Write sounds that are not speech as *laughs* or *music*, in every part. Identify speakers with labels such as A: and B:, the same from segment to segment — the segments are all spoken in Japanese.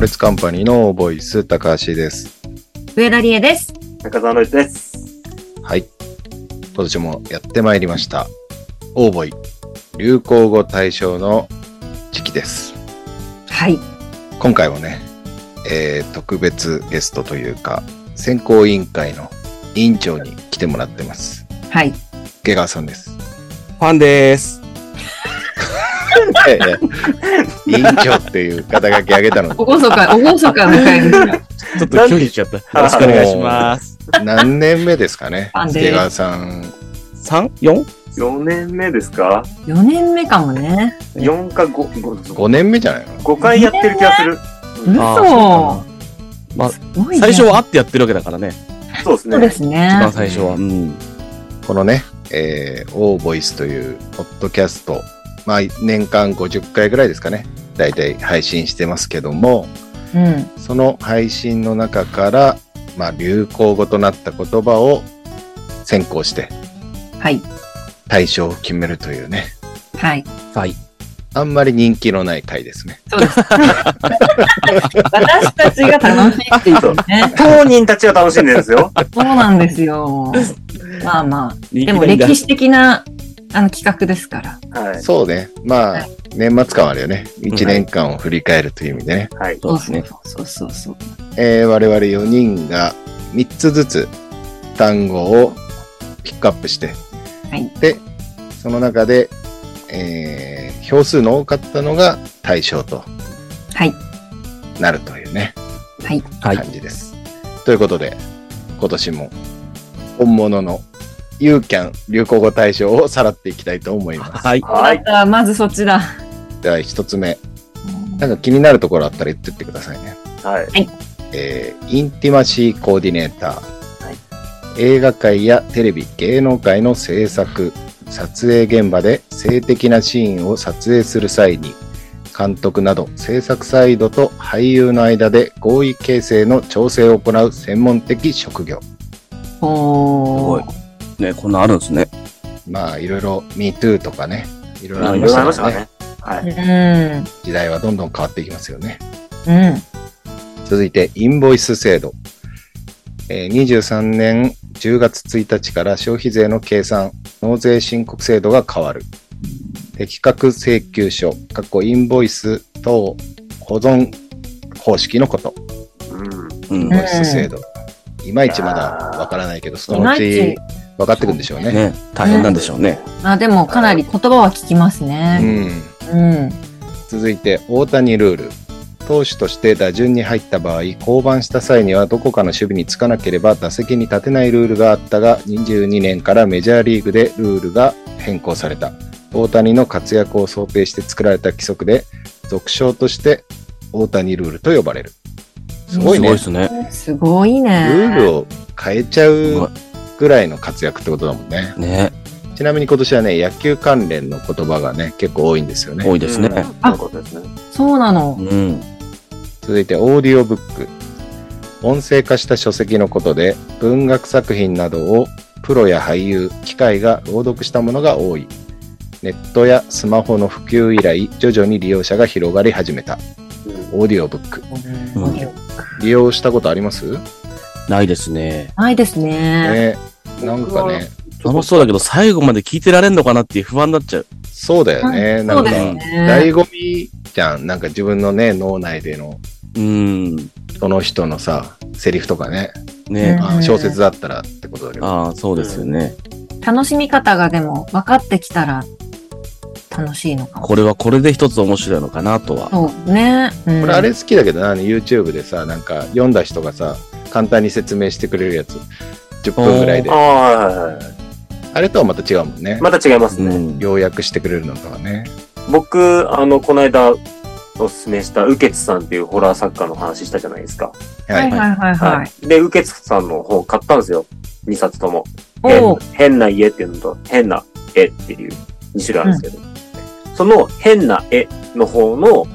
A: レッツカンパニーのボイス、高橋です。
B: 上田理恵です。
C: 中澤のりです。
A: はい。今年もやってまいりました。オーボイ、流行語大賞の時期です。
B: はい。
A: 今回もね、えー特別ゲストというか、選考委員会の委員長に来てもらってます。
B: はい。
A: 池川さん
B: *laughs*
A: です。
D: ファンです。
A: いやいや委員長っていう肩書き上げたの、
B: おごそ *laughs* か、おごそか迎えですから。
D: ちょっと拒否しちゃった。よ *laughs* ろしくお願いします。
A: 何年目ですかね
B: あ。で
A: 池川さん、
D: 三四
C: 4年目ですか
B: 4年目かもね。
C: ?4 か 5, 5,
A: 5年目じゃないの
C: 5回やってる気がする。
B: 嘘。
D: あーそ
B: 最
D: 最初は会ってやってるわけだからね。
C: そうです
B: そうで
C: ね。
B: す
D: 一番
B: ね。
D: 最初は。うん。
A: このね、えー、オーボイスというポッドキャスト、まあ、年間50回ぐらいですかね、だいたい配信してますけども、
B: うん。
A: その配信の中から、まあ、流行語となった言葉を選考して
B: はい。
A: 対象を決めるというね、
B: はい。
D: はい。
A: あんまり人気のない回ですね。
B: そうです。私たちが楽しいっていう
C: *laughs*
B: ね。
C: 当人たちは楽しんでるんです
D: *laughs*
C: よ。
B: そうなんですよ。まあまあ。でも歴史的な、あの企画ですから。
C: はい。
A: そうね、ま
B: は
A: あ
B: い、
A: 年末感はあるよね。1年間を振り返るという意味でね、
C: はい。
D: そうですね。
B: そうそうそう。
A: えー我々4人が3つずつ単語をピックアップして、
B: はい
A: で、その中で、えー票数の多かったのが対象と
B: はい。
A: なるというね、
B: はい。
D: はい
A: 感じです。ということで、今年も本物のユーキャン流行語大賞をさらっていきたいと思います。
D: はい。
B: ま
C: はい。
B: た、まずそっちだ。
D: *laughs*
A: では一つ目、なんか気になるところあったら言ってってくださいね。
C: はい。
A: えーインティマシーコーディネーター、
C: はい
A: 映画界やテレビ芸能界の制作撮影現場で性的なシーンを撮影する際に監督など制作サイドと俳優の間で合意形成の調整を行う専門的職業
B: おー。
D: ね、こんなんあるんですね。
A: まあいろいろ MeToo とかねいろいろあ
D: は
A: り
C: い
A: ま
C: ろいろありま
A: し
C: したた
A: か
C: からら
A: ね
C: ね。はい。
B: うん。
A: 時代はどんどん変わっていきますよね
B: うん。
A: 続いて、インボイス制度。えー23年10月1日から消費税の計算、納税申告制度が変わる。適格請求書、過去インボイス等保存方式のこと。
C: うん。
D: うん。
A: イン
D: ね。
A: ボイス制度。いまいちまだわからないけど、そのう
B: いまい
A: ち
B: ち
A: 分かってくるんでしょうね。
D: 大変なんでしょうね。
B: まあでも、かなり言葉は聞きます
A: う
B: ね。
A: ん。
B: うん。
A: 続いて大谷ルール投手として打順に入った場合降板した際にはどこかの守備につかなければ打席に立てないルールがあったが22年からメジャーリーグでルールが変更された大谷の活躍を想定して作られた規則で俗称として大谷ルールと呼ばれるすごい
D: す
A: ね
D: ごいですね。
B: すごい
A: ル
B: ね。
A: ールを変えちゃ
D: すご
A: うぐらいの活躍ってことだもんね
D: いね。
A: ちなみに今年はね野球関連の言葉がね結構多いんですよね
D: 多いですね。
C: あ、そういうことですね。
B: そうなの。
D: うん。
A: 続いてオーディオブック音声化した書籍のことで文学作品などをプロや俳優機械が朗読したものが多いネットやスマホの普及以来徐々に利用者が広がり始めた
C: うん
A: オーディオブック
D: うん
A: 利用したことあります、
D: ないですね。
B: ないですね。
A: ね、なんかね
D: 楽しそうだけど、最後まで聞いてられんのかなっていう不安になっちゃう。
A: そうだよね
B: そ
A: な
B: うんで
A: か
B: す
A: 醍
B: ね。
A: 醐味じゃんなんか自分のね脳内での
D: うん。
A: その人のさセリフとかね、
D: ね。
A: まあ小説だったらってことだけど
D: ああ、そうですよね。
B: 楽しみ方がでも分かってきたら楽しいのかも。
D: これはこれで一つ面白いのかなとは。
B: そうね。うん
A: これあれ好きだけどな、YouTube でさ、なんか読んだ人がさ、簡単に説明してくれるやつ、10分ぐらいで
C: あ。あ、はいはいはい。
A: あれとはまた違うもんね。
C: また違います
D: う
C: ね。
D: ん。
A: 要約してくれるのとはね。
C: 僕、あの、この間、おすすめした、ウケツさんっていうホラー作家の話したじゃないですか。
B: は
A: はいい。
B: はいはいはい。
C: い。で、ウケツさんの本買ったんですよ。2冊とも。
B: おう
C: 変変な家っていうのと、変な絵っていう2種類あるんですけど、その変な絵の方の、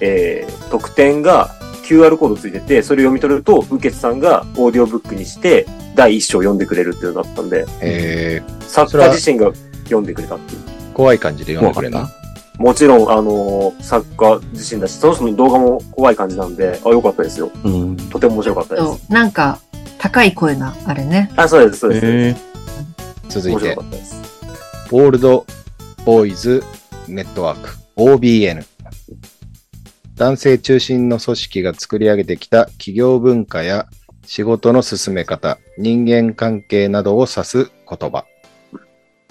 C: えー、特典が QR コードついてて、それを読み取ると、ウケツさんがオーディオブックにして、第一章読んでくれるっていうのだったんで、
A: えー、
C: 作家自身が読んでくれたっていう。
A: 怖い感じで読んでくれる
D: 怖
A: の
D: か。
C: もちろん、あのー作家自身だし、その人の動画も怖い感じなんで、あ、良かったですよ。
D: うん。
C: とても面白かったで
B: そ
C: す。
B: うなんか、高い声があれね。
C: あ、そうです、そうです。
D: え
A: 続い
C: 面白
A: て
C: か、ったです。
A: オールドボーイズネットワーク OBN 男性中心の組織が作り上げてきた企業文化や仕事の進め方人間関係などを指す言葉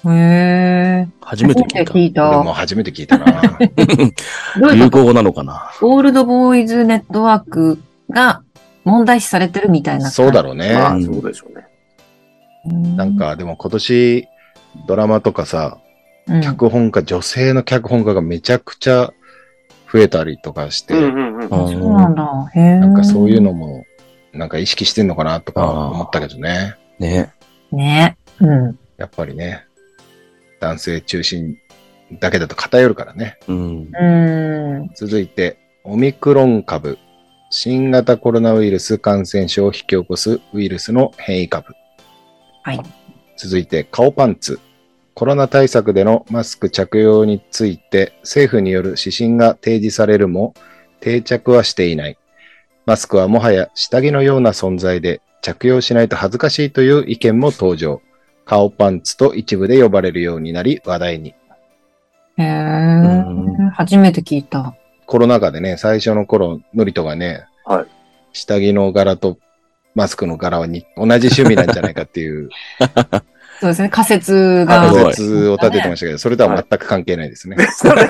B: へえ。
D: 初めて
B: 聞
D: 聞い
B: い
A: これ
B: た。
A: も初めて聞い
C: *laughs*
A: たな
B: どう
D: た。
B: いう
D: 流
B: こと
D: 行語なのかな
B: オールドボーイズネットワークが問題視されてるみたいな。
A: そうだろうね、
C: まあ、
D: う
C: そ
D: ん
C: ういうことでしょうね。
B: う。
A: なんかでも今年ドラマとかさ
B: うん、
A: 脚本家女性の脚本家がめちゃくちゃ増えたりとかして、
C: うんうんうん。
D: あ
B: そうなん
D: ー
B: だ。へえ。
A: なんかそういうのもなんか意識してんのかなとか思ったけどね
D: ね。
B: ね。うん。
A: やっぱりね、男性中心だけだと偏るからね。
D: うん。
B: うん。
A: 続いて、オミクロン株。新型コロナウイルス感染症を引き起こすウイルスの変異株。
B: はい。
A: 続いて、顔パンツ。コロナ対策でのマスク着用について政府による指針が提示されるも定着はしていない。マスクはもはや下着のような存在で着用しないと恥ずかしいという意見も登場。顔パンツと一部で呼ばれるようになり話題に。
B: へえ
D: う。
B: 初めて聞いた。
A: コロナ禍でね、最初の頃、ノリトがね、
C: はい
A: 下着の柄とマスクの柄はに同じ趣味なんじゃないかっていう
C: *laughs*
B: そうですね。仮説が。
A: 仮説を立ててましたけど、それとは全く関係ないです
C: *laughs*
A: ね。
C: そうでし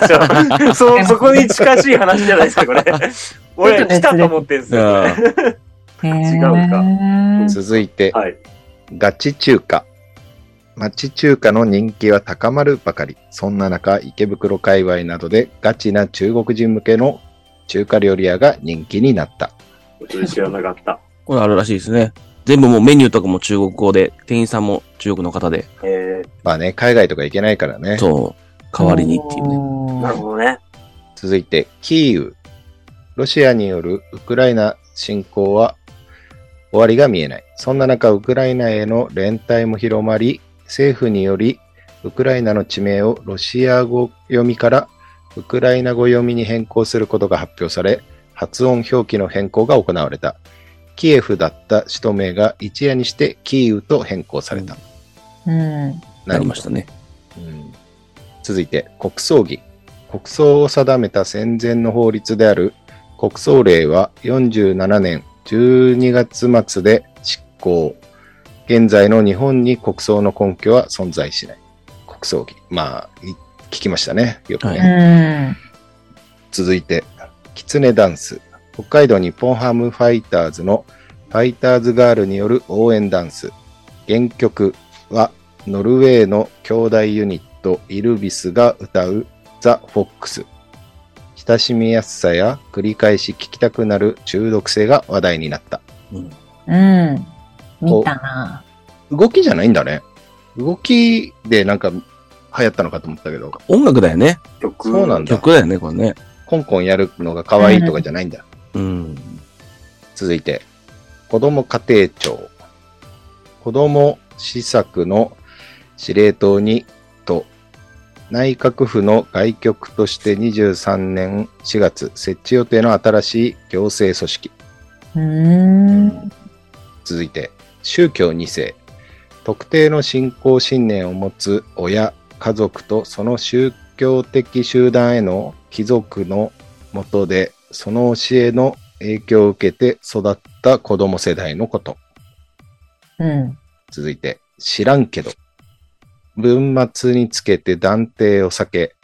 C: ょ。そう、そこに近しい話じゃないですか、 *laughs* これ。俺、来たと思ってんす
D: じ
C: よ。
D: ゃあ、
B: へー
C: 違うか
A: 続いて、
C: はい。
A: ガチ中華。町中華の人気は高まるばかり。そんな中、池袋界隈などでガチな中国人向けの中華料理屋が人気になった。
C: 知らなかった。
D: これあるらしいですね。全部もうメニューとかも中国語で、店員さんも中国の方で、
C: え
A: まあね、海外とか行けないからね。
D: そう、代わりにっていうね。
C: ー、なる
B: ね。
C: ほどね。
A: 続いて、キーウ。ロシアによるウクライナ侵攻は終わりが見えない。そんな中、ウクライナへの連帯も広まり、政府により、ウクライナの地名をロシア語読みからウクライナ語読みに変更することが発表され、発音表記の変更が行われた。キエフだった首都名が一夜にしてキーウと変更された。
B: うん。
D: なりましたね。
A: うん続いて国葬儀国葬を定めた戦前の法律である国葬令は47年12月末で執行現在の日本に国葬の根拠は存在しない国葬儀まあい聞きましたねよくね、
D: はい
B: うん。
A: 続いて、キツネダンス。北海道日本ハムファイターズのファイターズガールによる応援ダンス。原曲はノルウェーの兄弟ユニットイルビスが歌うザ・フォックス。親しみやすさや繰り返し聴きたくなる中毒性が話題になった。
D: うん
B: うん。見たな。
A: 動きじゃないんだね。動きでなんか流行ったのかと思ったけど、
D: 音楽だよね。
C: 曲。
A: そうなんだ
D: 曲だよね、これね。
A: コンコンやるのが可愛いとかじゃないんだ。
D: うん。
A: 続いて、子ども家庭庁。子ども施策の司令塔にと、内閣府の外局として23年4月設置予定の新しい行政組織。
B: うーん。
A: 続いて、宗教2世。特定の信仰信念を持つ親、家族とその宗教的集団への貴族のもとで、その教えの影響を受けて育った子供世代のこと。
B: うん。
A: 続いて、知らんけど。文末につけて断定を避け、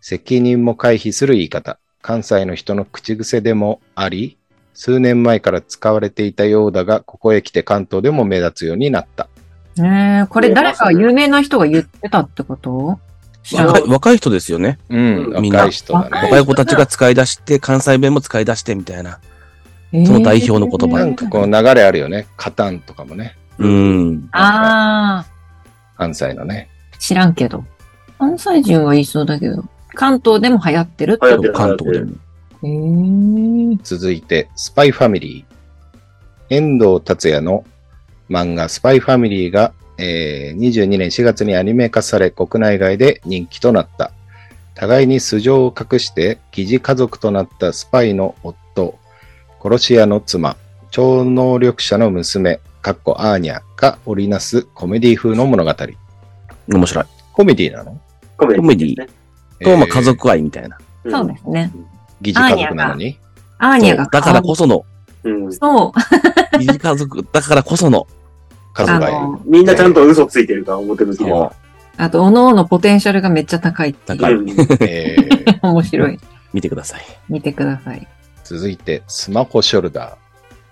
A: 責任も回避する言い方。関西の人の口癖でもあり、数年前から使われていたようだが、ここへ来て関東でも目立つようになった。
B: ねえ、これ誰か有名な人が言ってたってこと知ら
D: 若
B: ない
D: い若い人ですよね。
A: うん、
D: みんな
A: 若い人だ
B: は
A: ね。
B: い
D: 若い子たちが使い出して、関西弁も使い出してみたいな。その代表の言
A: な
D: 葉
A: んかこう流れあるよね。カタンとかもね。
D: うん。
B: ああ、
A: 関西のね。
B: 知らんけど。関西人は言いそうだけど、関東でも流行ってるってこ
C: 流行ってる
D: 関東でも。
B: と。へえ。
A: 続いて、スパイファミリー。遠藤達也の漫画、スパイファミリーが、えー22年4月にアニメ化され、国内外で人気となった。互いに素性を隠して疑似家族となったスパイの夫、殺し屋の妻、超能力者の娘、かっこアーニャが織りなすコメディ風の物語。
D: 面白い。
A: コメディなの
C: コメ
D: コメディ
C: ですね
D: と、まあ、家。
A: えー
D: 族愛みたいな。
C: ん
B: そうですね。
A: 疑似家族なのに
B: アーニャが
D: そうだからこそ *laughs* の、
C: うん。
B: そう、
D: 疑似家族だからこその、
A: 家
B: あ
A: 族愛。
B: の、
C: みんなちゃんと嘘ついてるから、表向きでは。
B: あと、おののポテンシャルがめっちゃ高いって
C: *laughs*
B: いう。
D: 高い
C: うん
A: えー
B: 面白い。
D: 見てください。
B: 見てください。
A: 続いて、スマホショルダー。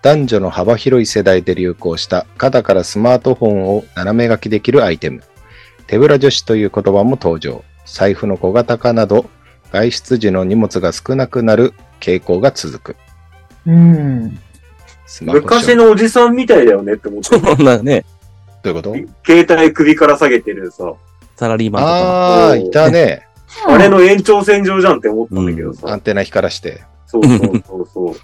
A: 男女の幅広い世代で流行した肩からスマートフォンを斜め書きできるアイテム。手ぶら女子という言葉も登場。財布の小型化など、外出時の荷物が少なくなる傾向が続く。
B: うん。
A: スマホショルダ
C: 昔
A: ー。
C: のおじさんみたいだよねって思って
D: そ。んなね、
A: どういうこと *laughs*
C: 携帯首から下げてるさ、
D: サラリーマンとか。
A: ああー、いたね。
C: あれの延長線上じゃんって思ったんだけど
A: ア
C: さ
A: ン。テナ光らして。
C: そうそうそうそう。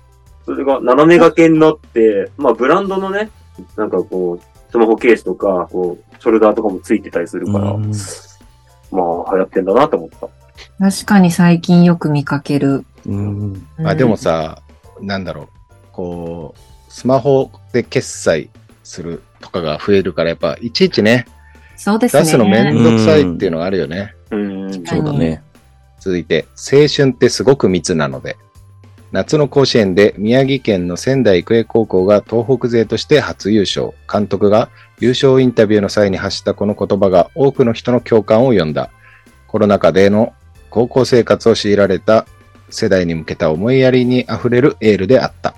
C: それが斜め掛けになって、まあブランドのね、なんかこう、スマホケースとか、こう、ショルダーとかもついてたりするから、
D: うん
C: まあ流行ってんだなと思った。
B: 確かに最近よく見かける。
D: うん。
A: まあでもさ、なんだろう、こう、スマホで決済するとかが増えるから、やっぱいちいちね、
B: そうですね。
A: 出すのめんどくさいっていうのがあるよね。
C: うん。
D: そうだね。
A: 続いて、青春ってすごく密なので、夏の甲子園で宮城県の仙台育英高校が東北勢として初優勝。監督が優勝インタビューの際に発したこの言葉が多くの人の共感を呼んだ。コロナ禍での高校生活を強いられた世代に向けた思いやりに溢れるエールであった。
D: いい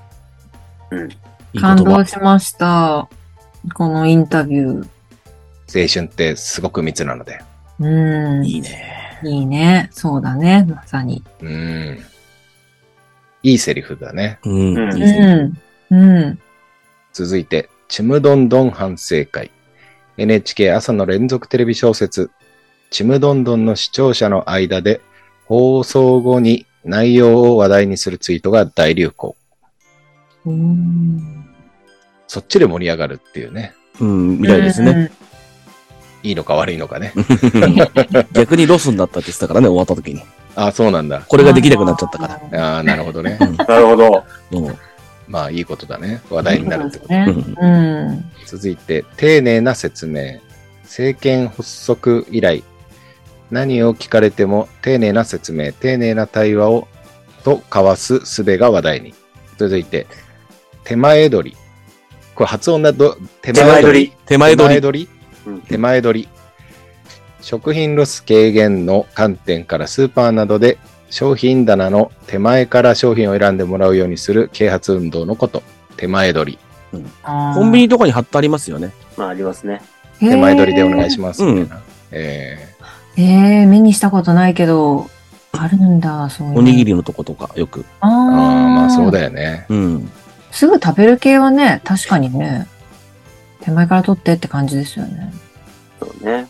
D: 言
B: 感動
D: 葉。
B: しました。このインタビュー。
A: 青春ってすごく密なので。
B: うん。い
D: いいね。
B: いね。そうだね。まさに。
A: うーん。いいセリフだね。
D: うん。
C: うん
D: いういね
B: ん。うん。
A: 続いて、ちむどんどん反省会。NHK 朝の連続テレビ小説、ちむどんどんの視聴者の間で、放送後に内容を話題にするツイートが大流行。
B: うん。
A: そっちで盛り上がるっていうね。
D: うん、みたいですね。
A: いいのか悪いのかね。
D: 逆にロスになったって言ってたからね、終わった時に。
A: ああ、そうなんだ。
D: これができなくなっちゃったから。
B: ら。
A: ああ、なるほどね。
D: うん
C: なるほど。
D: どうも。
A: まあ、いいことだね。話題になるってこと
B: そうですね。うん。
A: 続いて、丁寧な説明。政権発足以来、何を聞かれても丁寧な説明、丁寧な対話をと交わす術が話題に。続いて、手前取り。これ発音だと手
C: 手前取り。
D: 手
A: 前
D: 前
A: 取
D: 取
A: り。手前取り
D: り。
C: うん
A: 手前取り。食品ロス軽減の観点からスーパーなどで商品棚の手前から商品を選んでもらうようにする啓発運動のこと。手前取り。
B: コ
D: コンビニとかに貼ってありますよね。
C: まあありますね。
B: ニ
A: 手前取りでお願い
B: し
A: します。
D: うん
A: みたいなえー
B: ます。えー、目にしたことないけど、あるんだ、そういうの。
D: おにぎりのとことか、よく。
B: あー
A: ああ、まあそうだよね。
D: うん。
B: すぐ食べる系はね、確かにね、手前から取ってって感じですよね。
C: そうね。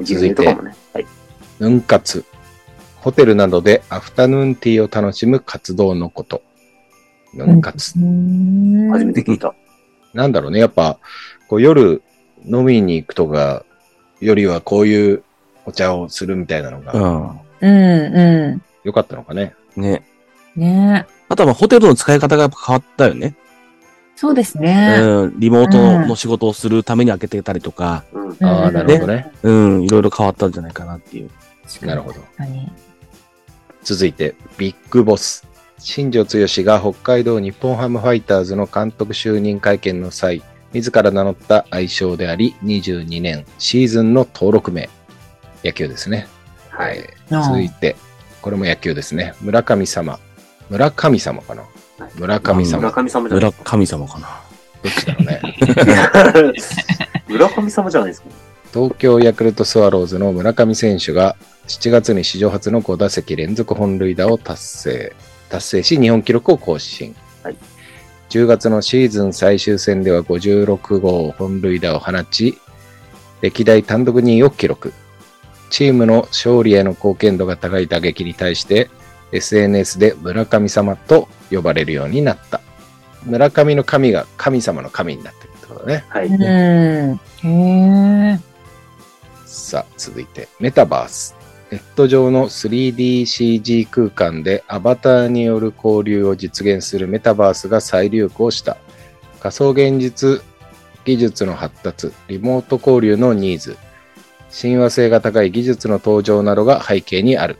C: 自分とかもね。はい。
A: ヌン活。ホテルなどでアフタヌーンティーを楽しむ活動のこと。ヌン活。
B: 初
C: 初めて聞いた。
A: なんだろうね。やっぱ、こう夜飲みに行くとか、よりはこういうお茶をするみたいなのが
D: う
B: うんう
A: 良かったのかね。
D: ん。ね。
B: ん。ね
D: あとはまあホテルの使い方がやっぱ変わったよね。
B: そうですね。
D: うん。リモートの仕事をするために開けてたりとか、
C: うん。
B: うん
A: ああ、なるほどね。
D: うん。いろいろ変わったんじゃないかなっていう。
A: なるほど。
B: 確かに。
A: 続いて、ビッグボス。新庄剛志が北海道日本ハムファイターズの監督就任会見の際、自ら名乗った愛称であり、22年シーズンの登録名。野球ですね。
C: は
A: え
C: い。
A: ー続いて、これも野球ですね。村神様。村神様かな
C: はい
A: 村神
D: うん
A: 様。
C: 村
A: ど
C: 上様じゃな
D: 裏
C: い
D: 神様かな。
A: っちだろうね。
C: *laughs* 村上様じゃないですか。
A: 東京ヤクルトスワローズの村上選手が7月に史上初の5打席連続本塁打を達成。達成し、日本記録を更新。
C: はい
A: 10月のシーズン最終戦では56号本塁打を放ち、歴代単独2位を記録。チームの勝利への貢献度が高い打撃に対して、SNS で村上様と呼ばれるようになった。村上の神が神様の神になってるってことだね。
C: はい。
B: うん。へえ。
A: さあ、続いて、メタバース。ネット上の 3DCG 空間でアバターによる交流を実現するメタバースが再流行した。仮想現実技術の発達、リモート交流のニーズ、親和性が高い技術の登場などが背景にある。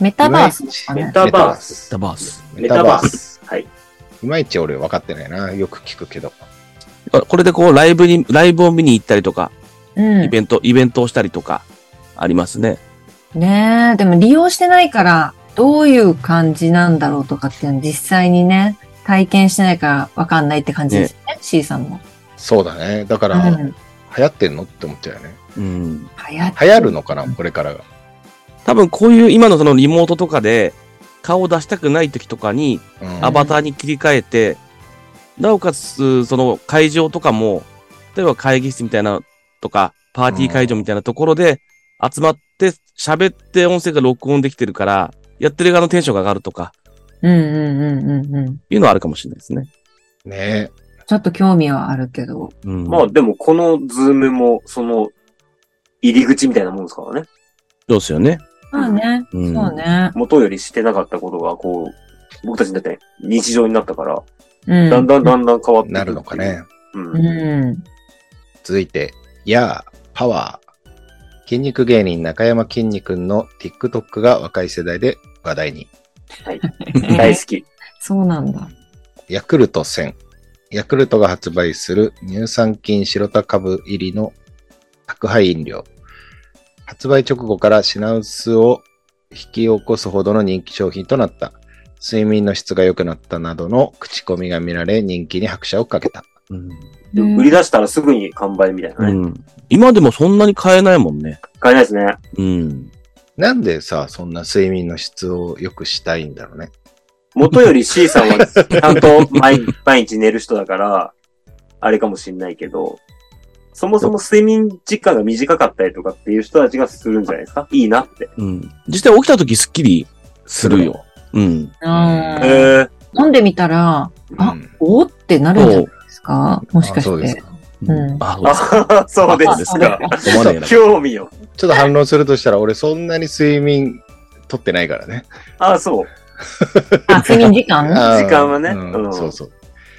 B: メタバースですか
C: メ
B: ね。
C: タバー
D: メ
C: ス
D: タ。バース。
A: メタバース。
C: ス。はい。
A: いまいち俺分かってないな。よく聞くけど。
D: あこれでこう、ライブに、ライブを見に行ったりとか、
B: うん
D: イ。ベント、イベントをしたりとか、ありますね。
B: ねえ、でも利用してないから、どういう感じなんだろうとかっていうの実際にね、体験してないからわかんないって感じですよね、C さんも。
A: そうだね。だか
B: う
A: ら、
B: ん
A: 流。行ってんのって思っちゃうよね。
D: うん。
B: 流行っ
A: 流行るのかなこれからが。
D: 多分こういう今のそのリモートとかで、顔を出したくない時とかに、
A: うん
D: アバターに切り替えて、なおかつ、その会場とかも、例えば会議室みたいなとか、パーティー会場みたいなところで集まって、喋って音声が録音できてるから、やってる側のテンションが上がるとか、
B: うんうんうんうんうん。
D: いうのはあるかもしれないですね。
A: ね
B: ちょっと興味はあるけど。
D: うん。
C: まあでもこのズームもその入り口みたいなもんですからね。
D: どうですよね。
B: まあね、
D: うん
B: そうね。
C: 元よりしてなかったことがこう、僕たちにとって日常になったから、
B: うん。
C: だんだんだんだん変わっていく
A: なるのかね。。
C: うん。
B: うん。
A: 続いて、やー、パワー。筋肉芸人中山きんに君の TikTok が若い世代で話題に。
B: *laughs*
C: 大好き。
B: そうなんだ。
A: ヤクルト1000。ヤクルトが発売する乳酸菌白田株入りの宅配飲料。発売直後から品薄を引き起こすほどの人気商品となった。睡眠の質が良くなったなどの口コミが見られ人気に拍車をかけた。
D: うん
C: 売り出したらすぐに完売みたいなね。
D: うん今でもそんなに買えないもんね。
C: 買えないですね。
D: うん。
A: なんでさ、そんな睡眠の質を良くしたいんだろうね。
C: 元より C さんはちゃん *laughs* と毎毎日寝る人だから、あれかもしんないけど、そもそも睡眠時間が短かったりとかっていう人たちがするんじゃないですかいいなって。
D: うん。実際起きた時スッキリするよ。うん。
B: うん
A: へ
C: え
B: 飲んでみたら、
A: う
B: あ
A: ん、
B: おーってなるんじゃないですかもしか
A: あそう
B: し
A: です
B: て
A: か。
B: うん
D: あ、そうです
C: あ、そうで
D: あ
C: すか。
D: 思わないよね
C: *laughs* 興味よ。
A: ちょっと反論するとしたら、俺そんなに睡眠取ってないからね。
C: あ、そう。
B: あ、睡眠時間
A: あー
C: *laughs* 時間はね
A: うん
C: うん
A: そうそう。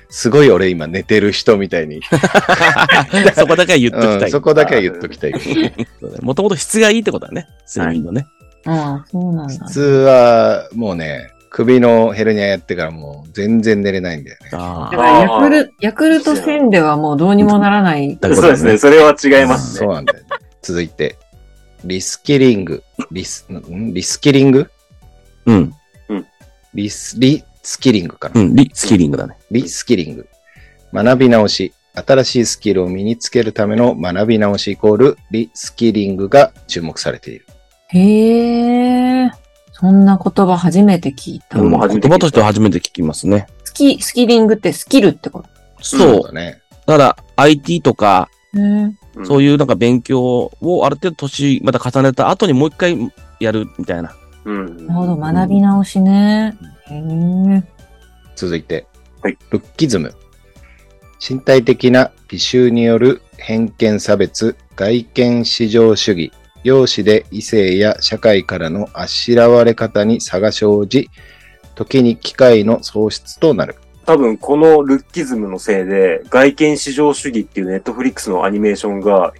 A: すごい俺今寝てる人みたいに。
D: *laughs* そこだけは言っとき
A: う
D: た
A: ん
D: い。
A: そこだけは言っときたいけど。
D: もともと質がいいってことだね。睡眠のね。
B: うん、そうなんだ
A: 普。通はもうね、首のヘルニアやってからもう全然寝れないんだよね。
D: あ
B: だ
D: あ。
B: からヤクル、ヤクルト1000ではもうどうにもならない。
D: だ
C: そうですね。。それは違います
A: そ
C: ね
A: う。なんだよね。続いて、リスキリング。リス、んリスキリング
D: うん。
A: リス、リスキリングかな
D: う。ん。リ、スキリングだね。
A: リスキリング。学び直し。新しいスキルを身につけるための学び直しイコールリスキリングが注目されている。
B: へえ、そんな言葉初めて聞いた。
D: うん
C: も
D: 言
C: う初めて聞いた
D: 葉としては初めて聞きますね。
B: スキ、スキリングってスキルってこと
D: そう。
A: だね。
D: だから、IT とか、
B: へー
D: そう
C: い
D: いうなんか勉強をある程度年、また重ねた後にもう一回やるみたいな。
C: うん。
B: なるほど、学び直しね。へえ。
A: 続いて、
C: はい
A: ルッキズム。身体的な美醜による偏見差別、外見至上主義、容姿で異性や社会からのあしらわれ方に差が生じ、時に機会の喪失となる。
C: 多分このルッキズムのせいで、外見至上主義っていうネットフリックスのアニメーションが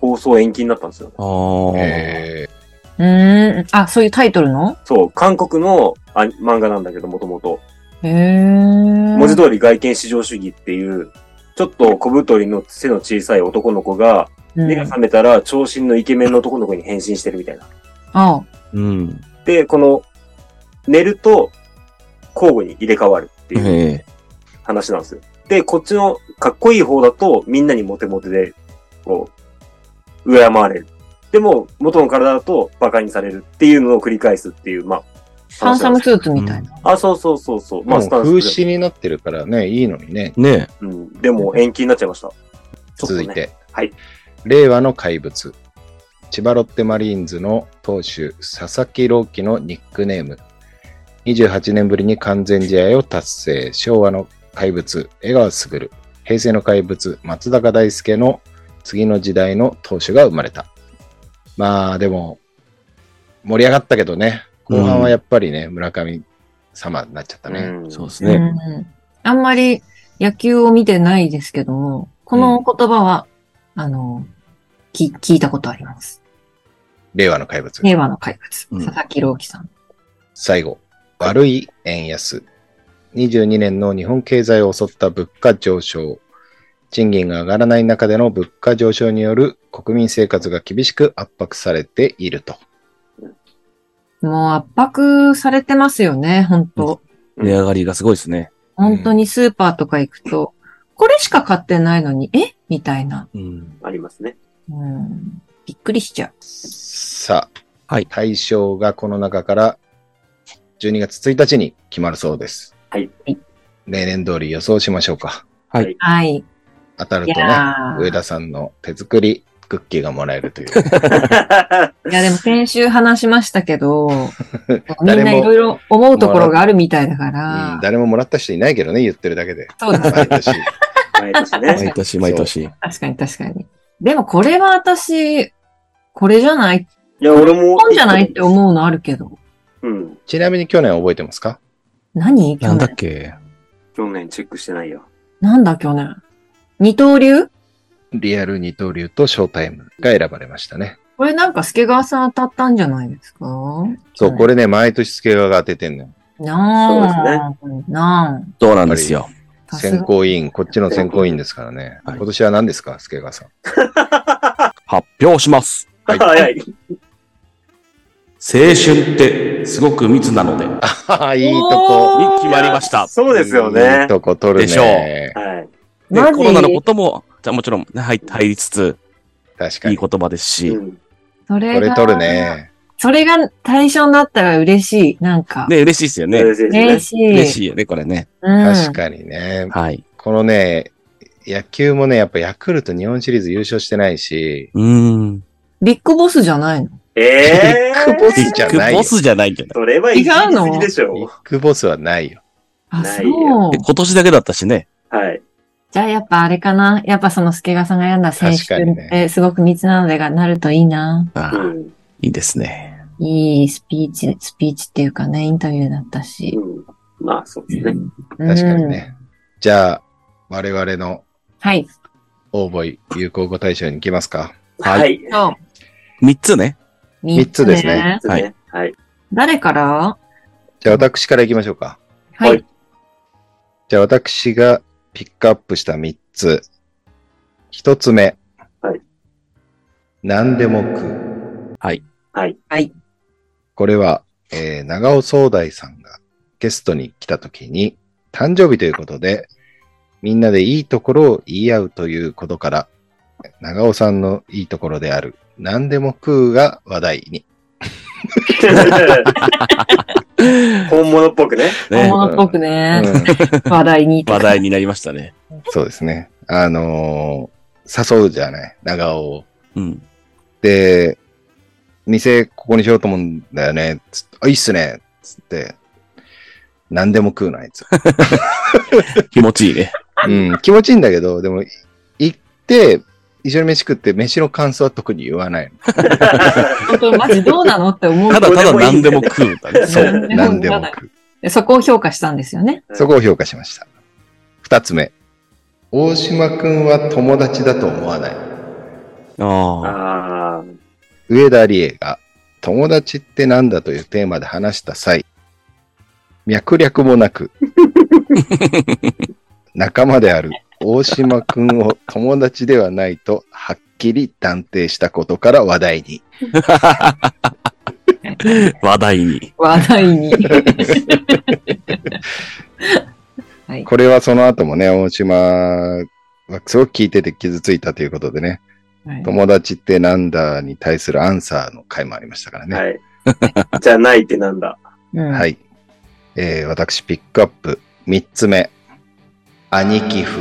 C: 放送延期になったんですよ。
D: ああ。
A: えー
B: うーん。あ、そういうタイトルの
C: そう、韓国のアニ漫画なんだけど、もともと。
B: へえ。文
C: 文字通り外見至上主義っていう、ちょっと小太りの背の小さい男の子が、目が覚めたら長身のイケメンの男の子に変身してるみたいな。
B: あ
D: うん。
C: で、この、寝ると交互に入れ替わるって
D: え
C: いう
D: え。
C: 話なんですよ。で、こっちのかっこいい方だとみんなにモテモテで、こう、敬われる。でも、元の体だと馬鹿にされるっていうのを繰り返すっていう、ま
B: ハンサムスーツみたいな。
C: あ、あ、そうそうそうそう。まあ、
A: もう
C: スタン
A: 風
C: スで
A: 刺になってるからね、いいのにね。
D: ねえ。
C: も。うん。でも、延期になっちゃいました。ちょっと
A: 続
C: ね
A: いて、
C: はい
A: 令和の怪物。千葉ロッテマリーンズの投手、佐々木朗希のニックネーム。28年ぶりに完全試合を達成。昭和の怪物、江川卓。平成の怪物、松坂大輔の次の時代の投手が生まれた。まあ、でも、盛り上がったけどね、後半はやっぱりね、村上様になっちゃったね。
C: うん
D: そうです
B: う
D: ね。
B: んあんまり野球を見てないですけども、この言葉は、あの、き聞いたことあります。
A: 令和の怪物。
B: 令和の怪物、
D: うん
B: 佐々木朗希さん。
A: 最後、悪い円安。22年の日本経済を襲った物価上昇。賃金が上がらない中での物価上昇による国民生活が厳しく圧迫されていると。
B: もう圧迫されてますよね、本当、
D: 値上がりがすごいですね。
B: 本当にスーパーとか行くと、これしか買ってないのに、えみたいな、
D: うん。
C: ありますね。
B: うん。びっくりしちゃ
A: さあ、
D: はい
A: 対象がこの中から12月1日に決まるそうです。
C: はい。
A: 例年通り予想しましょうか。
B: う。はい。
A: 当たる
B: い
A: とね、
B: やー
A: 上田さんの手作りクッキーがもらえるという。
B: *laughs* いや、でも先週話しましたけど、みん
A: *laughs* 誰も
B: ないろいろ思うところがあるみたいだから、
A: うん誰ももらった人いないけどね、言ってるだけで。
B: そうだ、
A: 毎年。
C: 毎年
A: *laughs*
C: ね。
D: 毎年毎年。
B: 確かに確かに。でもこれは私、これじゃない、
C: いや、俺も。
B: 本じゃないって思うのあるけど。
C: うん。
A: ちなみに去年覚えてますか
B: 何去
D: なんだ
B: 年
D: っけ
C: 去年チェックしてないよ。
B: なんだ去年。二刀流
A: リアル二刀流とショータイムが選ばれましたね。
B: これなんか助川さん当たったんじゃないですか
A: そう、
B: はい
A: これね、毎年助川が当ててんのよ。
B: なあ、なあ。
D: そうなんですよ。
B: さす
A: 選
B: が
A: 考委員、こっちの選考委員ですからね。
D: はい
A: 今年は何ですか、助川さん。
D: 発表します。
A: はい
C: *laughs* 早い。
D: 青春ってすごく密なので。に
A: ああ、 *laughs* いいとこ。
D: 決まりました。
C: そうですよね。
A: いいとこ取るね。
D: でしょ
C: はい。
D: で、
B: マジ
D: コロナのことも、じゃあもちろん、ね、入入りつつ、
A: 確か
D: いい
A: に。こ
D: 言葉ですし、
C: う
D: ね、
C: ん
B: それ
A: れ
B: が、
A: 取るね。
B: それが対象になったら嬉しい。なんか。
D: 嬉しいですよね。
C: 嬉しいで
B: 嬉
C: す
B: しい。
D: 嬉しいよね、これね。
B: うん
A: 確かにね。
D: はい。
A: このね、野球もね、やっぱヤクルト日本シリーズ優勝してないし、
D: うーん。
B: ビッグボスじゃないの
C: ね。え
A: *laughs* ビッグボ
C: ー。
A: スじゃないよ
D: ボスじゃないけど。
C: それは言い過ぎでし
A: ビ
C: ょ
A: ッ。グボスはないよ。
B: あ、
C: な
B: そ
C: いよ
B: う
D: で。今年だけだったしね。
C: はい。
B: じゃあやっぱあれかなやっぱその助川さんが選んだ選
A: 確かに
B: 手
A: ね
B: ってすごく密なのでがなるといいな。
D: あ
C: う
D: あ
C: ん。
D: いいですね。
B: いいスピーチ、スピーチっていうかね、インタビューだったし
C: う。ん。まあ、そうですね。
A: 確かにね。じゃあ、我々の
B: うん。はい。
A: 応募有効語大賞に行きますか。
D: はい
C: はい。
B: そ
D: 三つね。
B: う。
A: 三つですね。
C: そうですねはい。
B: 誰から
A: じゃあ、私から行きましょうか。
B: は
C: はい
B: い。
A: じゃあ私がピックアップした3つ。1つ目。
C: はい。
A: 何でも食う。
D: はい。
C: はい。
B: はい。
A: これは、えー長尾総大さんがゲストに来た時に、誕生日ということで、みんなでいいところを言い合うということから、長尾さんのいいところである、何でも食うが話題に。
C: 本物っぽくね。
B: 本
D: ね。
B: 物っぽくね。
A: うん
B: 話題に。
D: 話題になりましたね。
A: そうですね。あのー誘うじゃない、長尾を。
D: うん。
A: で、店ここにしようと思うんだよね。つってあ、いいっすね。つって、何でも食うな、あい *laughs* つ。
D: 気持ちいいね。
A: うん、気持ちいいんだけど、でも、い行って、一緒に飯食って、飯の感想は特に言わない
B: 本当にマジどうなのって思う
D: た。だただ何でも食うだね。
A: *laughs* の。そうう、
B: ん
A: 何でも食う。
B: でそこを評価したんですよね。
A: そこを評価しました。二つ目。大島くんは友達だと思わない。
D: ああ。
C: ああ。
A: 上田理恵が友達ってなんだというテーマで話した際、脈略もな
B: *laughs*
A: く、仲間である大島くんを友達ではないとはっきり断定したことから話題に。
D: 話題に。
B: 話題に。はい。
A: これはその後もね、大島はすごく聞いてて傷ついたということでね、
B: はい
A: 友達ってなんだに対するアンサーの回もありましたからね。
C: はい。じゃないってなんだ。
B: うん
A: は。い。えー私、ピックアップ、3つ目。兄貴風。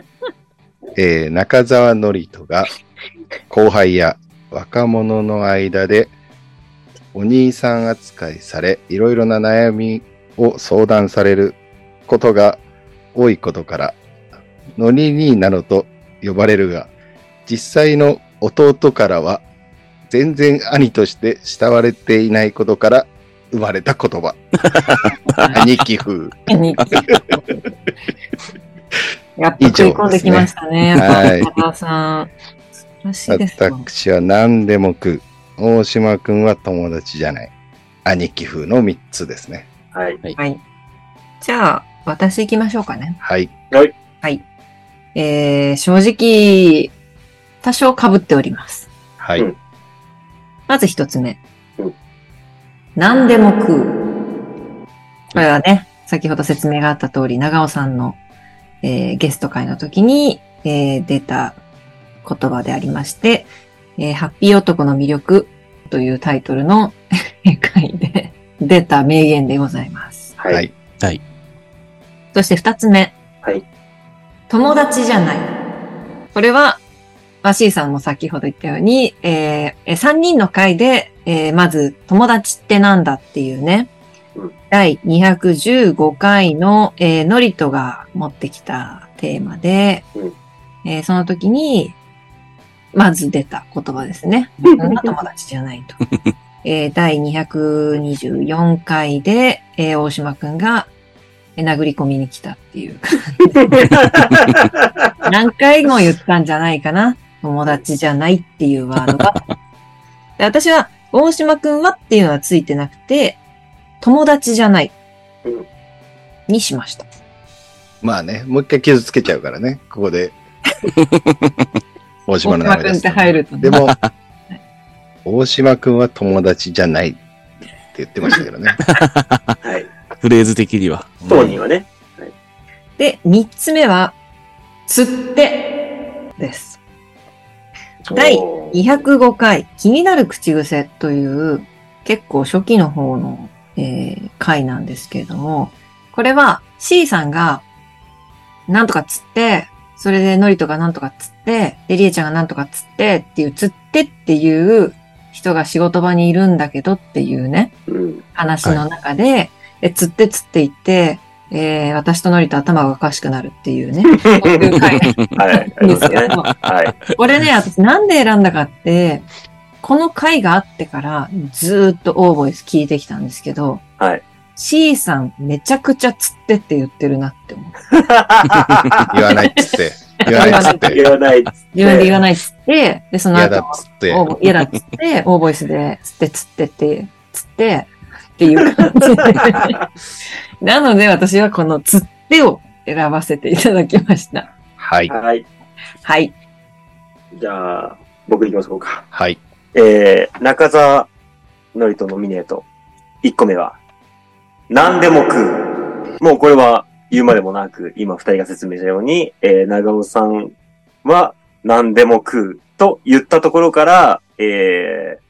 A: *laughs* えー中澤のりとが、後輩や若者の間で、お兄さん扱いされ、いろいろな悩みを相談されることが多いことから、のりになどと呼ばれるが、実際の弟からは、全然兄として慕われていないことから生まれた言葉。兄貴風。 *laughs*
B: にやっぱ食い込んできましたね。
A: 以上ですねはい
B: やっぱ高田さん。素晴らしいですよ。
A: 私は何でも食う。大島くんは友達じゃない。兄貴風の3つですね。
C: はい。
B: はい。じゃあ、私行きましょうかね。
A: はい。
B: えー、正直、多少被っております。
A: はい。
C: うん
B: まず一つ目
C: うん。
B: 何でも食う。これはね、先ほど説明があった通り、長尾さんの、えーゲスト会の時に、えー出た言葉でありまして、えーハッピー男の魅力というタイトルの回で出た名言でございます。
A: は
C: はいい。。
B: そして二つ目。
C: はい。
B: 友達じゃない。これは、まあ、C さんも先ほど言ったように、えー、3人の会で、えーまず、友達ってなんだっていうね、
C: うん
B: 第215回の、えーノリトが持ってきたテーマで、
C: うん
B: えーその時に、まず出た言葉です *laughs* ね。そんな友達じゃないと。えー第224回で、えー大島くんが、えー殴り込みに来たっていう何回も言ったんじゃないかな。友達じゃないっていうワード
A: *laughs*
B: が。で私は、大島くんはっていうのはついてなくて、友達じゃない
C: うん。
B: にしました。
A: まあね、もう一回傷つけちゃうからね、ここで。大島の
B: 大島
A: 名前
B: く
A: で
B: んっ
A: す
B: て。入ると
A: で
B: ね。
A: も、大島くんは友達じゃないって言ってましたけどね。
C: はい。
D: フレーズ的には。
C: 当人はね。
B: で、三つ目は、釣ってです。第
C: おー
B: 205回、気になる口癖という、結構初期の方の、えー回なんですけれども、これは C さんが、なんとかつって、それでノリとかなんとかつって、で、りえちゃんがなんとかつってっていう、つってっていう人が仕事場にいるんだけどっていうね、 *laughs*
C: うん。
B: 話の中で、え、つってつって言って、えー私とノリと頭がおかしくなるっていうね、こういう回
C: はい。あり
B: で
C: ます *laughs* す
B: け
C: ね。
B: ど、
C: はい。
B: これね、私なんで選んだかって、この回があってからずーっとオーボイス聞いてきたんですけど、
C: はい。
B: C さんめちゃくちゃ釣ってって言ってるなって思う。
A: 言わないっつって。言わないっつって。
C: 言わないっつって。
B: 自分で言わないっつって、で、その
A: 嫌
B: 後
A: だっ、つって。
B: オーボ嫌だっつ *laughs* って、オーボイスで釣って釣ってって、釣ってっていう感じで。 *laughs* なので私はこの釣ってを選ばせていただきました。
A: はい。
C: *laughs* はい。
B: はい。
C: じゃあ、僕行きましょうか。
A: はい。
C: えー、中澤のりとノミネート。1個目は、何でも食う。もうこれは言うまでもなく、今二人が説明したように、えー、長尾さんは何でも食うと言ったところから、えー、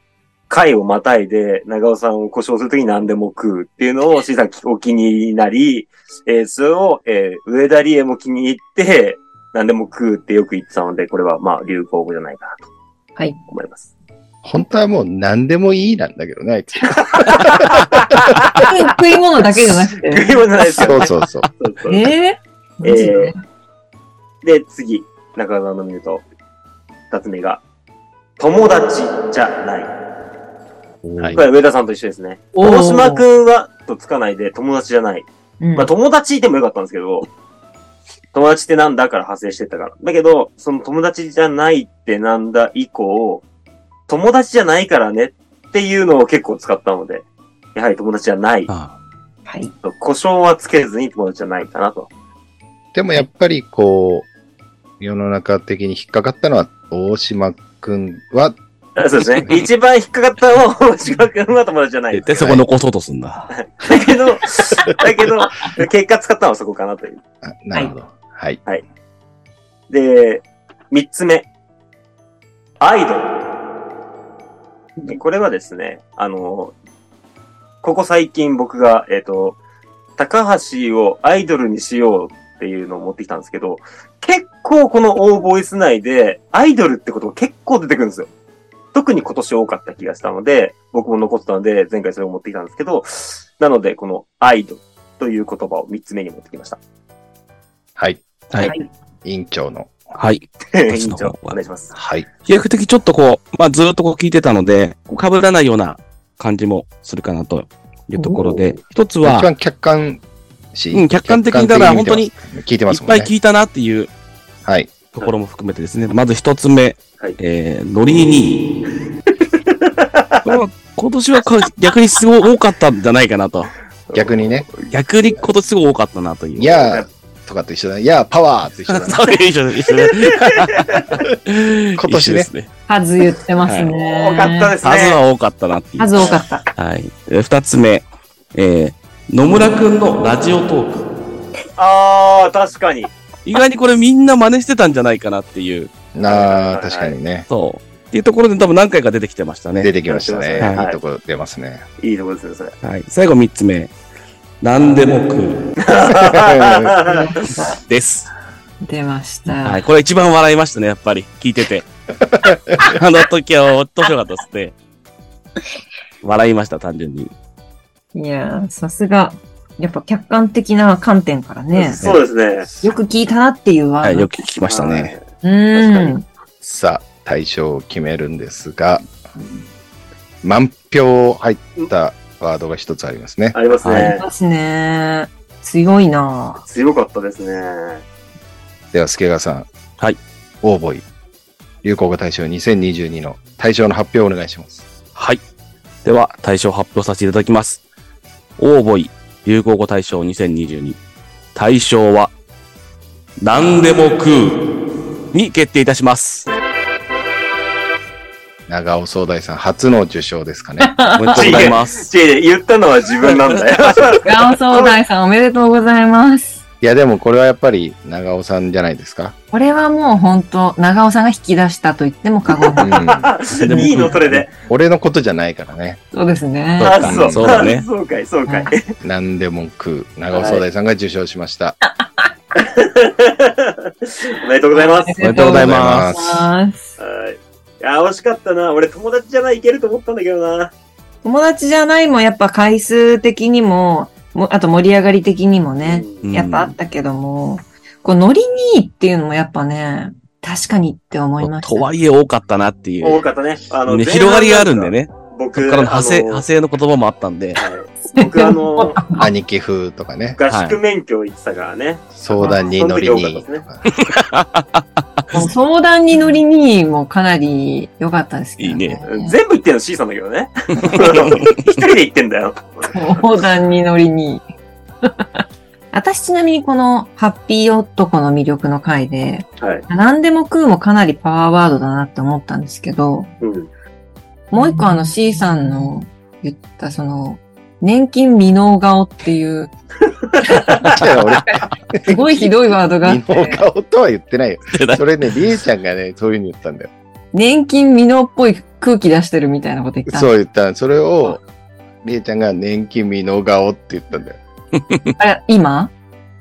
C: 回をまたいで長尾さんを故障するときに何でも食うっていうのをしさきお気になり、えー、それを、えー、上田理恵も気に入って、何でも食うってよく言ってたので、これはまあ流行語じゃないかなと
B: はい。
C: 思います。
A: 本当はもう何でもいいなんだけどね、あいつ。
B: 食い物だけじゃな
C: *laughs*
B: く *laughs*
C: 食
B: て。
C: い物じゃないですよ。
A: そうそうそう。
C: そうそう
B: えー、マジで
C: で、次、中澤の見ると、二つ目が、友達じゃない。
A: はい
C: こ。れは上田さんと一緒ですね。
B: おー
C: 大島くんは、とつかないで、友達じゃない。
B: うん
C: まあ、友達でもよかったんですけど、友達ってなんだから派生してったから。だけど、その友達じゃないってなんだ以降、友達じゃないからねっていうのを結構使ったので、やはり友達じゃない。
D: あ
B: はい。
C: 故障はつけずに友達じゃないかなと。
A: でもやっぱりこう、世の中的に引っかかったのは、大島くんは、
C: あそうです
D: *laughs*
C: ね。一番引っかかったのは大島くんは友達じゃ
D: あ
C: ない
D: で、。そこ残そうとすんだ。
C: だけど、だけど、結果使ったのはそこかなという。
A: あなるほど。はい。
C: で、三つ目。アイドルで。これはですね、あの、ここ最近僕が、えっ、と、高橋をアイドルにしようっていうのを持ってきたんですけど、結構このオーボイス内で、アイドルってことが結構出てくるんですよ。特に今年多かった気がしたので、僕も残ってたので、前回それを持ってきたんですけど、なので、このアイドルという言葉を三つ目に持ってきました。
A: はい。
D: はい
B: はい。
A: 委員長の。
D: はい。
C: *laughs* 委員長、お願いします。
A: はい。
D: 比較的ちょっとこう、まあ、ずーっとこう聞いてたので、こう被らないような感じもするかなというところで、一つ
A: 一
D: は、
A: 番客観視。
D: うん客観的にだから
A: 客観的見て
D: い
A: ま
D: っ
A: す聞いてますもん
D: ぱ
A: ね。
D: い聞いたなっていう
A: はい。
D: ところも含めてですね、まず一つ目、
C: はい
D: えー、ノリ
A: *laughs*
D: に、これは今年はか逆にすごい多かったんじゃないかなと。
A: 逆にね、
D: 逆に今年すごい多かったなという。
A: いやーとかと一緒だね。いやー、パワーと一緒だね。
D: *laughs* そういう一緒 *laughs* です一緒です。
A: 今年ね
D: 一緒です。
B: 数言ってますね。
C: 多かったです
D: 数
C: ね。
D: は多かったなっていう。
B: 数多かった。
D: はい。えー二つ目、えー、野村くんのラジオトーク。
C: ああ、確かに。
D: 意外にこれみんな真似してたんじゃないかなっていう。
A: なあ、確かにね。
D: そう。っていうところで多分何回か出てきてました
A: 出
D: ね。
A: てきましたね。
D: はい
A: いいとこ出ますね。
C: いいとこですね、それ。
D: はい。最後三つ目。何でも食う。です。
B: 出ました。
D: はい。これ一番笑いましたね、やっぱり。聞いて *laughs* て。あの時は面白かったですね。笑いました、単純に。
B: いやー、さすが。やっぱ客観的な観点からね。
C: *laughs* そうですね。
B: よく聞いたなっていうワ
D: は
B: ー
D: い。
B: ド。
D: よく聞きましたね。
B: う
C: 確
B: ーん。
A: さあ、対象を決めるんですが、満票入ったワードが一つありますね。
C: ありますね。
D: は
B: ありますね。強いな
C: 強かったですね。
A: では、助川さん。
D: はい。
A: 応募い。流行語大賞2022の大賞の発表をお願いします。
D: はい。では、大賞発表させていただきます。応募い流行語大賞2022。大賞は、何でも食うに決定いたし
C: *laughs*
D: ます。
A: 長尾総大さん初の受賞ですか
B: *laughs*
A: ね。
D: おめでとうございます。
C: 違う違う言ったのは自分なんだ
D: *laughs*
C: よ。
B: ガオソウダイさんおめでとうございます。
A: いや、でもこれはやっぱり長尾さんじゃないですか。
B: これはもう本当長尾さんが引き出したと言っても過言
C: *laughs*
A: う
B: ない。
A: ん
B: *laughs*
C: いいの、それで。
A: 俺のことじゃないからね。
B: そうですね。
D: そうか
C: あ
D: そうだね
C: あそうかい、そうかい。
A: 何でも食う。長尾総大さんが受賞しました。
C: おめでとうございます。
D: おめでとうございます
B: す。
C: はい。いや、惜しかったな。俺、友達じゃない、いけると思ったんだけどな。
B: 友達じゃないもやっぱ回数的にも、もあと盛り上がり的にもね、
C: うん
D: うん
B: やっぱあったけども、こうノリにっていうのもやっぱね、確かにって思いました。
D: とはいえ多かったなっていう。
C: 多かったね。あ
D: ね広がりがあるんで。ね。
C: 僕、
D: そこからの派生、
C: あ
D: 派生の言葉もあったんで。
C: *laughs* はい僕、あ
D: *laughs*
C: の、
A: 兄貴風とかね。
C: 合宿免許行ってたからね。
A: 相談に乗りにとか。
B: もう相談にノリにもかなり良かったですけど、
D: いいね
C: うん全部言ってんの C さんだけど *laughs* ね。一人で言ってんだよ。
B: 相談にノリに。 *laughs* 私ちなみにこのハッピー男の魅力の回で、
C: はい。
B: 何でも食うもかなりパワーワードだなって思ったんですけど、
C: うん。
B: もう一個あの C さんの言ったその、年金未納顔っていう、 *laughs* すごいひどいワードがあっ
A: 二の
B: て、
A: 顔とは言ってないよ。それね、りえちゃんがね、そういうふうに言ったんだよ。
B: 年金未納っぽい空気出してるみたいなこと言ったの。
A: そう言った。それを、りえちゃんが年金未の顔って言ったんだよ。
B: あれ今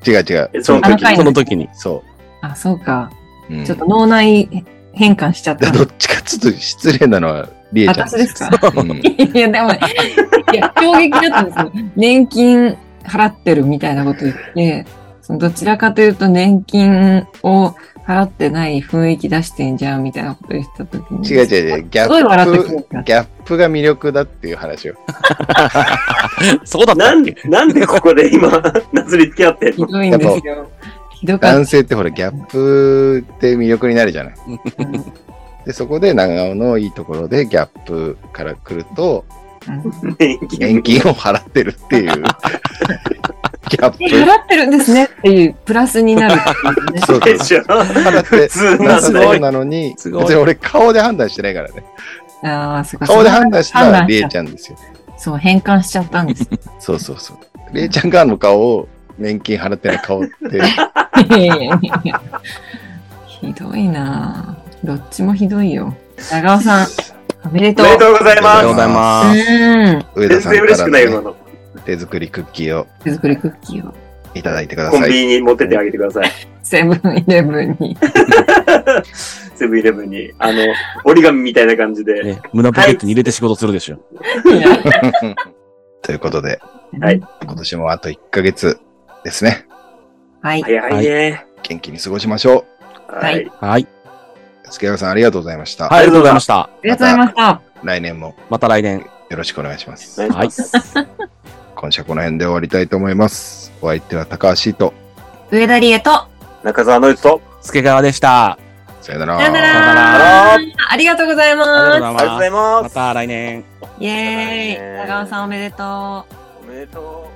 A: 違う違
C: え
A: う。その
B: あの
A: 時。
B: 回
D: その時に。
A: そ
B: あ、そうか。
A: う。うん
B: ちょっと脳内変換しちゃっ
A: だ
B: た
A: ど。っちかちょっと失礼なのは、りえちゃん
B: 私ですか
A: うん
B: いや、で
A: *laughs*
B: も、いや、衝撃だったんですよ。年金払ってるみたいなこと言って、そのどちらかというと年金を払ってない雰囲気出してんじゃんみたいなこと言ってた時に。
A: 違う違う違う。ギャ
B: すごい笑った記
A: ッ
B: 憶が
A: プ、ギャップが魅力だっていう話を。
D: そうだった
C: な
D: っ
C: ん
D: け
C: なんでここで今、なずり付き合ってん
B: ひ
C: の
B: どいんですよ。ひどかっ
A: 男性ってほら、ギャップって魅力になるじゃない。
B: た。うん
A: で、そこで長尾のいいところでギャップから来ると、
C: 年金
A: 年金を払ってるっていう、
B: *laughs*
A: ギャッ
B: え
A: プ。
B: 払ってるんですねっていうプラスになるっていうね。
A: *laughs* そう
C: で
A: そう。
C: しょ。
A: 払って
C: 普通
A: な
C: な
A: さそ
C: んだ
A: う
C: よ。
A: なのに、別
D: すごい
A: に俺顔で判断してないからね。
B: ああ、そうか。
A: 顔で判断したら
B: 判断
A: り
B: しちゃ
A: え
B: っ
A: ちゃんですよ。
B: たそう、変換しちゃったんです。 *laughs*
A: そうそうそう。りえちゃんがあの顔を、年金払ってない顔って、
B: いやいやいやいやひどいなぁどっちもひどいよ。長尾さん、おめでと
C: お
B: う
C: め。でとうござい
D: あ
A: あ
D: りがとう
C: ま
D: ございます。
B: うん。
A: 上
C: す。
A: 田さん
C: 全然
A: か
C: 嬉し
A: ら
C: くないよ、
A: の
C: 今
A: ね
C: の。
A: 手作りクッキーを
B: 手作りクッキーを
A: いただいてくだ
C: コ
A: さ
C: ン
A: い。
C: ビニに持ってってあげてください。
B: セブンイレブンに。
C: セブンイレブンに。あの、折り紙みたいな感じで。
D: ね、胸ポケットに入れて仕事するでしょ。
A: *laughs* ということで、
C: はい。
A: 今年もあと1ヶ月ですね。
B: はい。
C: 早いね。
A: 元気に過ごしましょう。
C: は
B: はい
C: い。
D: はい。
A: 助川さん、ありがとうございました。
D: はい、ありがとうございました。
B: りがとうございました。
A: 来年も
D: また来年。
A: よろしくお願いします。
C: お願いします。
A: 今週はこの辺で終わりたいと思います。お相手は高橋と、
B: 上田理恵と、
C: 中澤のりと、
D: 助川でした。
A: さよなら。
B: さよな
D: さよな
B: ら
C: ら。
B: ありがとうござい
D: ありがとう
B: ま
D: ご
C: ありがとうご
D: ざ
C: ざ
D: い
C: いま。
D: ます。ますた来年。
B: す。イェーイ。
C: ありがとうございます
B: 長尾さんおめでとう。
C: おめでとう。